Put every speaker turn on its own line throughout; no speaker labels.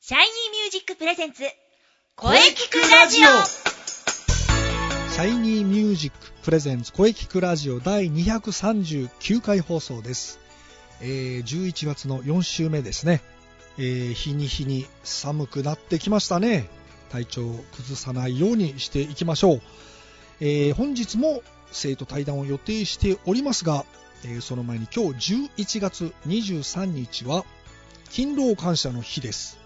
シャイニーミュージックプレゼンツ、
声聞くラジオ
シャイニーミュージックプレゼンツ声聞くラジオ第239回放送です、えー11月の4週目ですね、えー日に日に寒くなってきましたね体調を崩さないようにしていきましょう、えー本日も生徒対談を予定しておりますが、えーその前に今日11月23日は勤労感謝の日です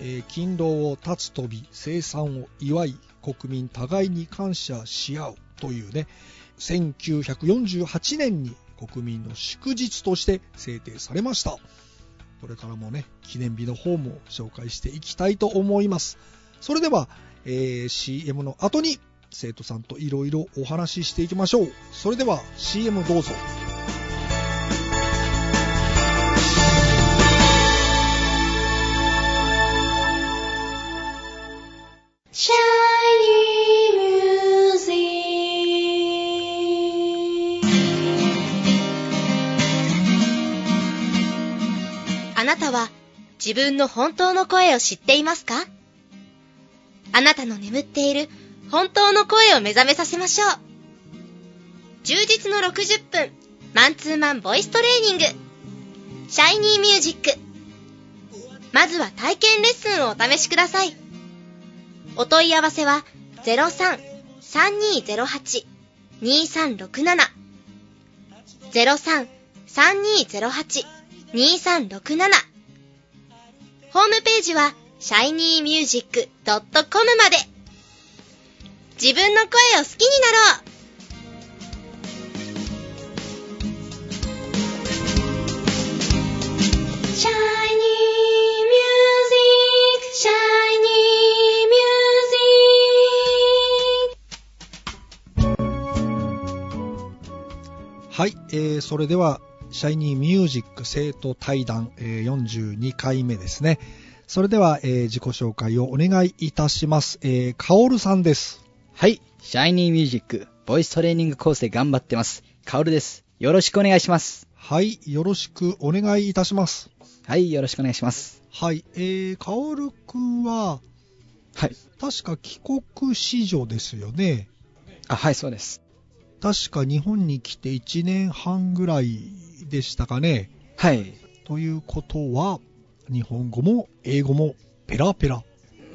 えー勤労を断つ飛び生産を祝い国民互いに感謝し合うというね1948年に国民の祝日として制定されましたこれからもね記念日の方も紹介していきたいと思いますそれでは、えー CM の後に生徒さんといろいろお話ししていきましょうそれでは CM どうぞ
シャイニーミュージック。あなたは自分の本当の声を知っていますかあなたの眠っている本当の声を目覚めさせましょう。充実の60分、マンツーマンボイストレーニング。シャイニーミュージック。まずは体験レッスンをお試しください。お問い合わせは03-3208-2367 03-3208-2367ホームページは shinymusic.com まで自分の声を好きになろうシャイニーミュージック、シャイニーミ
はい、えーそれでは、シャイニーミュージック生徒対談、えー42回目ですね。それでは、えー自己紹介をお願いいたします。えー、カオルさんです。
はい、シャイニーミュージック、ボイストレーニングコースで頑張ってます。カオルです。よろしくお願いします。
はい、よろしくお願いいたします。
はい、よろしくお願いします。
はい、えー、カオルくんは、
はい。
確か帰国子女ですよね。
あ、はい、そうです。
確か日本に来て1年半ぐらいでしたかね。
はい。
ということは、日本語も英語もペラペラ。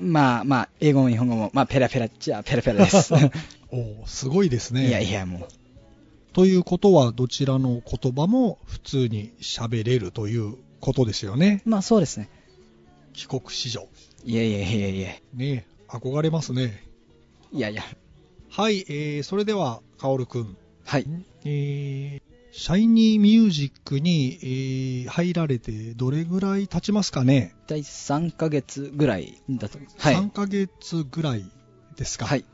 まあまあ、英語も日本語も、まあ、ペラペラっちゃペラペラ です。
おーすごいですね。
いやいや、もう。
ということは、どちらの言葉も普通に喋れるということですよね。
まあ、そうですね。
帰国子女。
いやいやいやいや
ねえ憧れますね。
いやいや。
はい、えー、それでは、カオルくん。
はい。
えー、シャイニーミュージックに、えー入られてどれぐらい経ちますかね、
大体3ヶ月ぐらいだと。はい。
?3 ヶ月ぐらいですか。
はい。。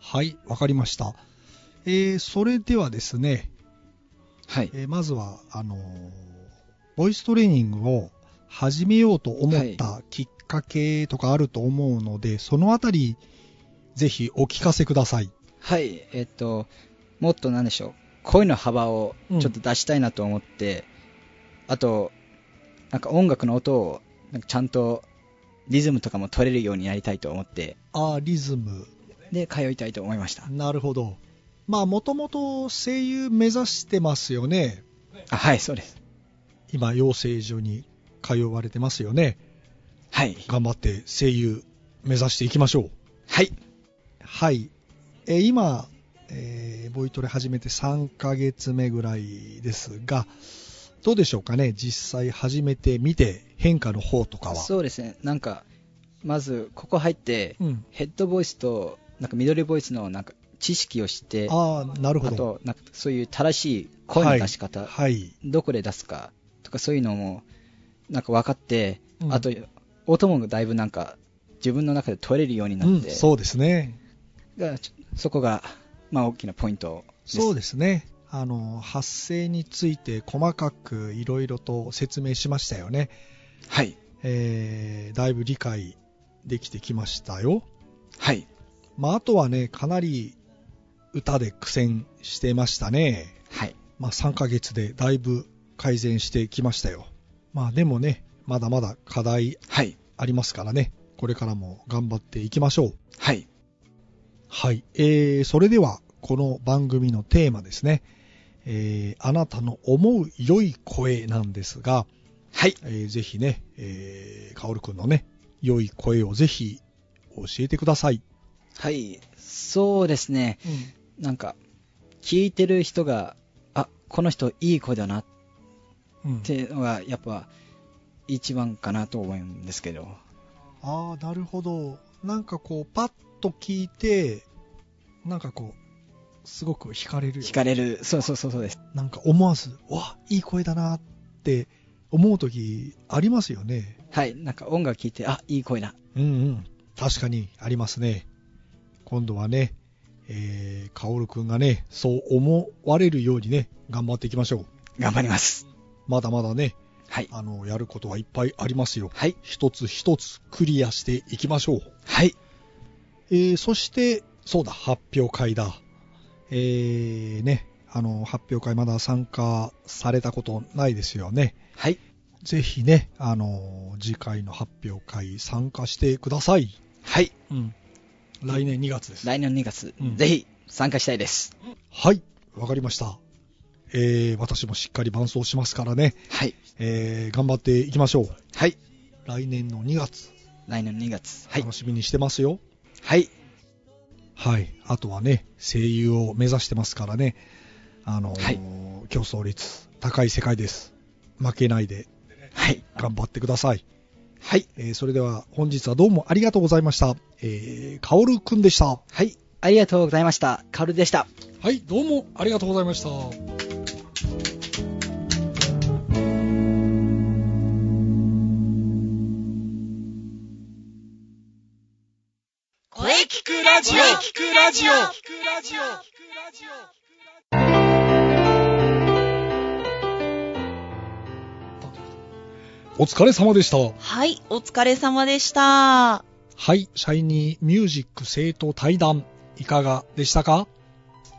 はい、わかりました。えー、それではですね、
はい。
えーまずはあのーボイストレーニングを始めようと思ったきっかけとかあると思うので、そのあたりぜひお聞かせください。
はい。えっと、もっとなんでしょう。声の幅を
うん
ちょっと出したいなと思って、あと、なんか音楽の音をなんかちゃんとリズムとかも取れるようになりたいと思って、
あーリズム
で、通いたいと思いました。
なるほど。まあもともと声優目指してますよね。
あ、はい、そうです。
今養成所に通われてますよね。
はい。
頑張って声優目指していきましょう。
はい。
はい。えー今、えーボイトレ始めて3ヶ月目ぐらいですが、どうでしょうかね実際始めてみて変化の方とかは。
そうですね。なんか、まず、ここ入って、
うん。
ヘッドボイスと、なんかミドルボイスのなんか知識をして、あ
ああ、なるほど。
と、なんかそういう正しい声の出し方、
はい。
どこで出すかとかそういうのもなんか分かって、
うん
あと音もだいぶなんか自分の中で取れるようにな
う
っ
ん、
て、
そうですね。
がちょそこが、まあ、大きなポイントです。
そうですね。あの、発声について細かくいろいろと説明しましたよね。
はい、
えーだいぶ理解できてきましたよ。
はい、
まあ、あとはね、かなり歌で苦戦してましたね。
はい、
まあ、3ヶ月でだいぶ改善してきましたよ。まあでもね、まだまだ課題
はい、
ありますからね、これからも頑張っていきましょう。
はい。
はい。えー、それでは、この番組のテーマですね。えー、あなたの思う良い声なんですが、
はい。
えーぜひね、えー、カオルくんのね、良い声をぜひ教えてください。
はい。そうですね。なんか、聞いてる人が、あ、この人いい子だなっ
うん
ていうのが、やっぱ、一番かなと思うんですけど。
ああ、なるほど。なんかこう、パッと聞いて、なんかこう、すごく惹かれるよね
惹かれる。そうそうそうそうです。
なんか思わず、わ、いい声だなって思う時ありますよね。
はい。なんか音楽聞いて、あ、いい声だ。
うんうん。確かにありますね。今度はね、えー、カオルくんがね、そう思われるようにね、頑張っていきましょう。
頑張ります。
まだまだね、
はい。
あの、やることはいっぱいありますよ。
はい。
一つ一つクリアしていきましょう。
はい。
えー、そして、そうだ、発表会だ。えー、ね、あの、発表会まだ参加されたことないですよね。
はい。
ぜひね、あの、次回の発表会参加してください。
はい。
うん。来年2月です。
来年2月、
うん
ぜひ参加したいです。
はい、わかりました。えー、私もしっかり伴奏しますからね、
はい。
えー、頑張っていきましょう。
はい。
来年の2月、
来年2月。はい
楽。しみにしてますよ。
はい。
はい、あとはね、声優を目指してますからね、あのー
はい
競争率高い世界です。負けないで
はい。
頑張ってください。
はい。
えーそれでは本日はどうもありがとうございました。えー、カオルくんでした。
はい。ありがとうございました。カオルでした。
はい、どうもありがとうございました。
声聞くラジオ声聞くラジオ
お疲れ様でした。
はい、お疲れ様でした。
はい、シャイニーミュージック生徒対談、いかがでしたか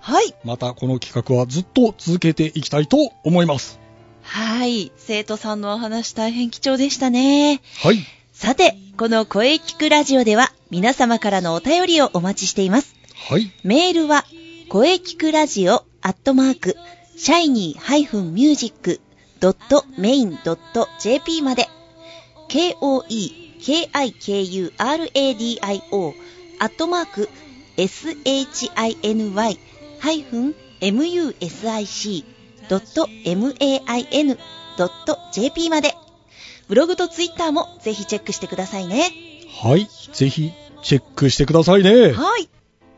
はい。
またこの企画はずっと続けていきたいと思います。
はい、生徒さんのお話大変貴重でしたね。
はい、
さて、この声聞くラジオでは皆様からのお便りをお待ちしています。
はい、
メールは、声聞くラジオアットマーク、シャイニー -music.main.jp まで、k-o-e-k-i-k-u-r-a-d-i-o アットマーク、shiny-music.main.jp まで、ブログとツイッターもぜひチェックしてくださいね。
はい、ぜひチェックしてくださいね。
はい。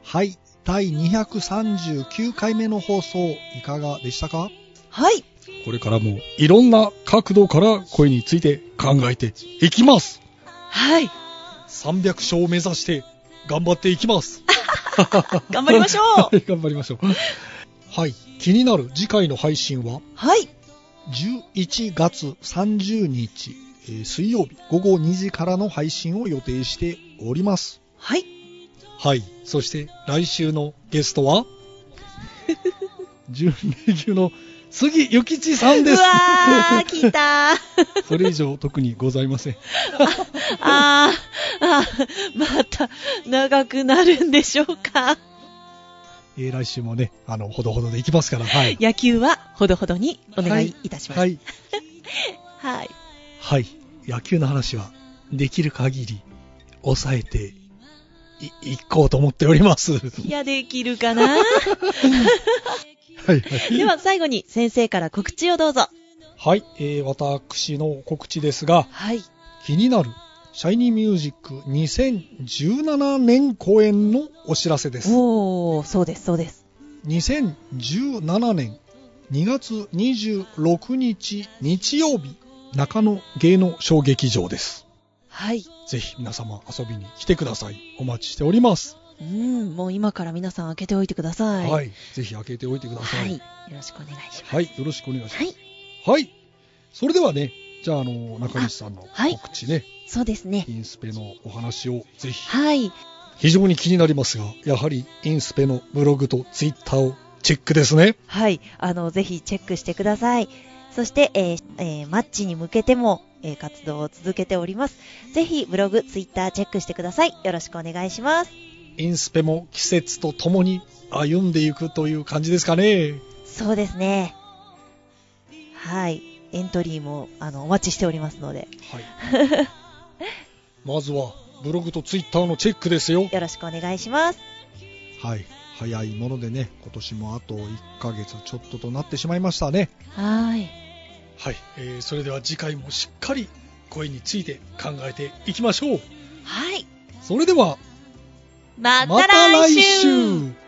はい、第239回目の放送いかがでしたか
はい。
これからもいろんな角度から声について考えていきます。
はい。
300勝を目指して頑張っていきます。
頑張りましょ
は
う。
い、頑張りましょう。はい、気になる次回の配信は
はい。
11月30日、えー水曜日午後2時からの配信を予定しております。
はい。
はい。そして来週のゲスト は準レギュの杉ゆきちさん
う
です。
わー、聞いたー。
それ以上特にございません。
あー、あー、また、長くなるんでしょうか。
えー来週もね、あの、ほどほどでいきますから、はい。
野球は、ほどほどにお願いいたします。
は
はい。
い。はい。野球の話は、できる限り、抑えてい、いこうと思っております。はい
や、できるかな
い、はい。
では、最後に先生から告知をどうぞ。
はい、えー私の告知ですが、
はい。
気になる、シャイニーミュージック2017年公演のお知らせです。
おー、そうです、そうです。
2017年2月26日日曜日、中野芸能小劇場です。
はい。
ぜひ皆様遊びに来てください。お待ちしております。
うん、もう今から皆さん開けておいてくださ。
はいい。ぜひ開けておいてくださ。
はいい。
は
よ
い。
ろしくお願いします。
よろしくお願いします。
はい。
はい。それではね、じゃあ、あの、中西さんの
はい
告知ね、
そうですね。
インスペのお話をぜひ。
はい。
非常に気になりますが、やはりインスペのブログとツイッターをチェックですね。
はい、あの、ぜひチェックしてください。そして、えーえーマッチに向けても、えー活動を続けております。ぜひブログ、ツイッターチェックしてください。よろしくお願いします。
インスペも季節とともに歩んでいくという感じですかね。
そうですね。はい。エントリーも、あの、お待ちしておりますので、
はい。まずは、ブログとツイッターのチェックですよ。
よろしくお願いします。
はい。早いものでね、今年もあと1ヶ月ちょっととなってしまいましたね。
はい。
はい。えーそれでは次回もしっかり声について考えていきましょう。
はい。
それでは、
また来週
また来週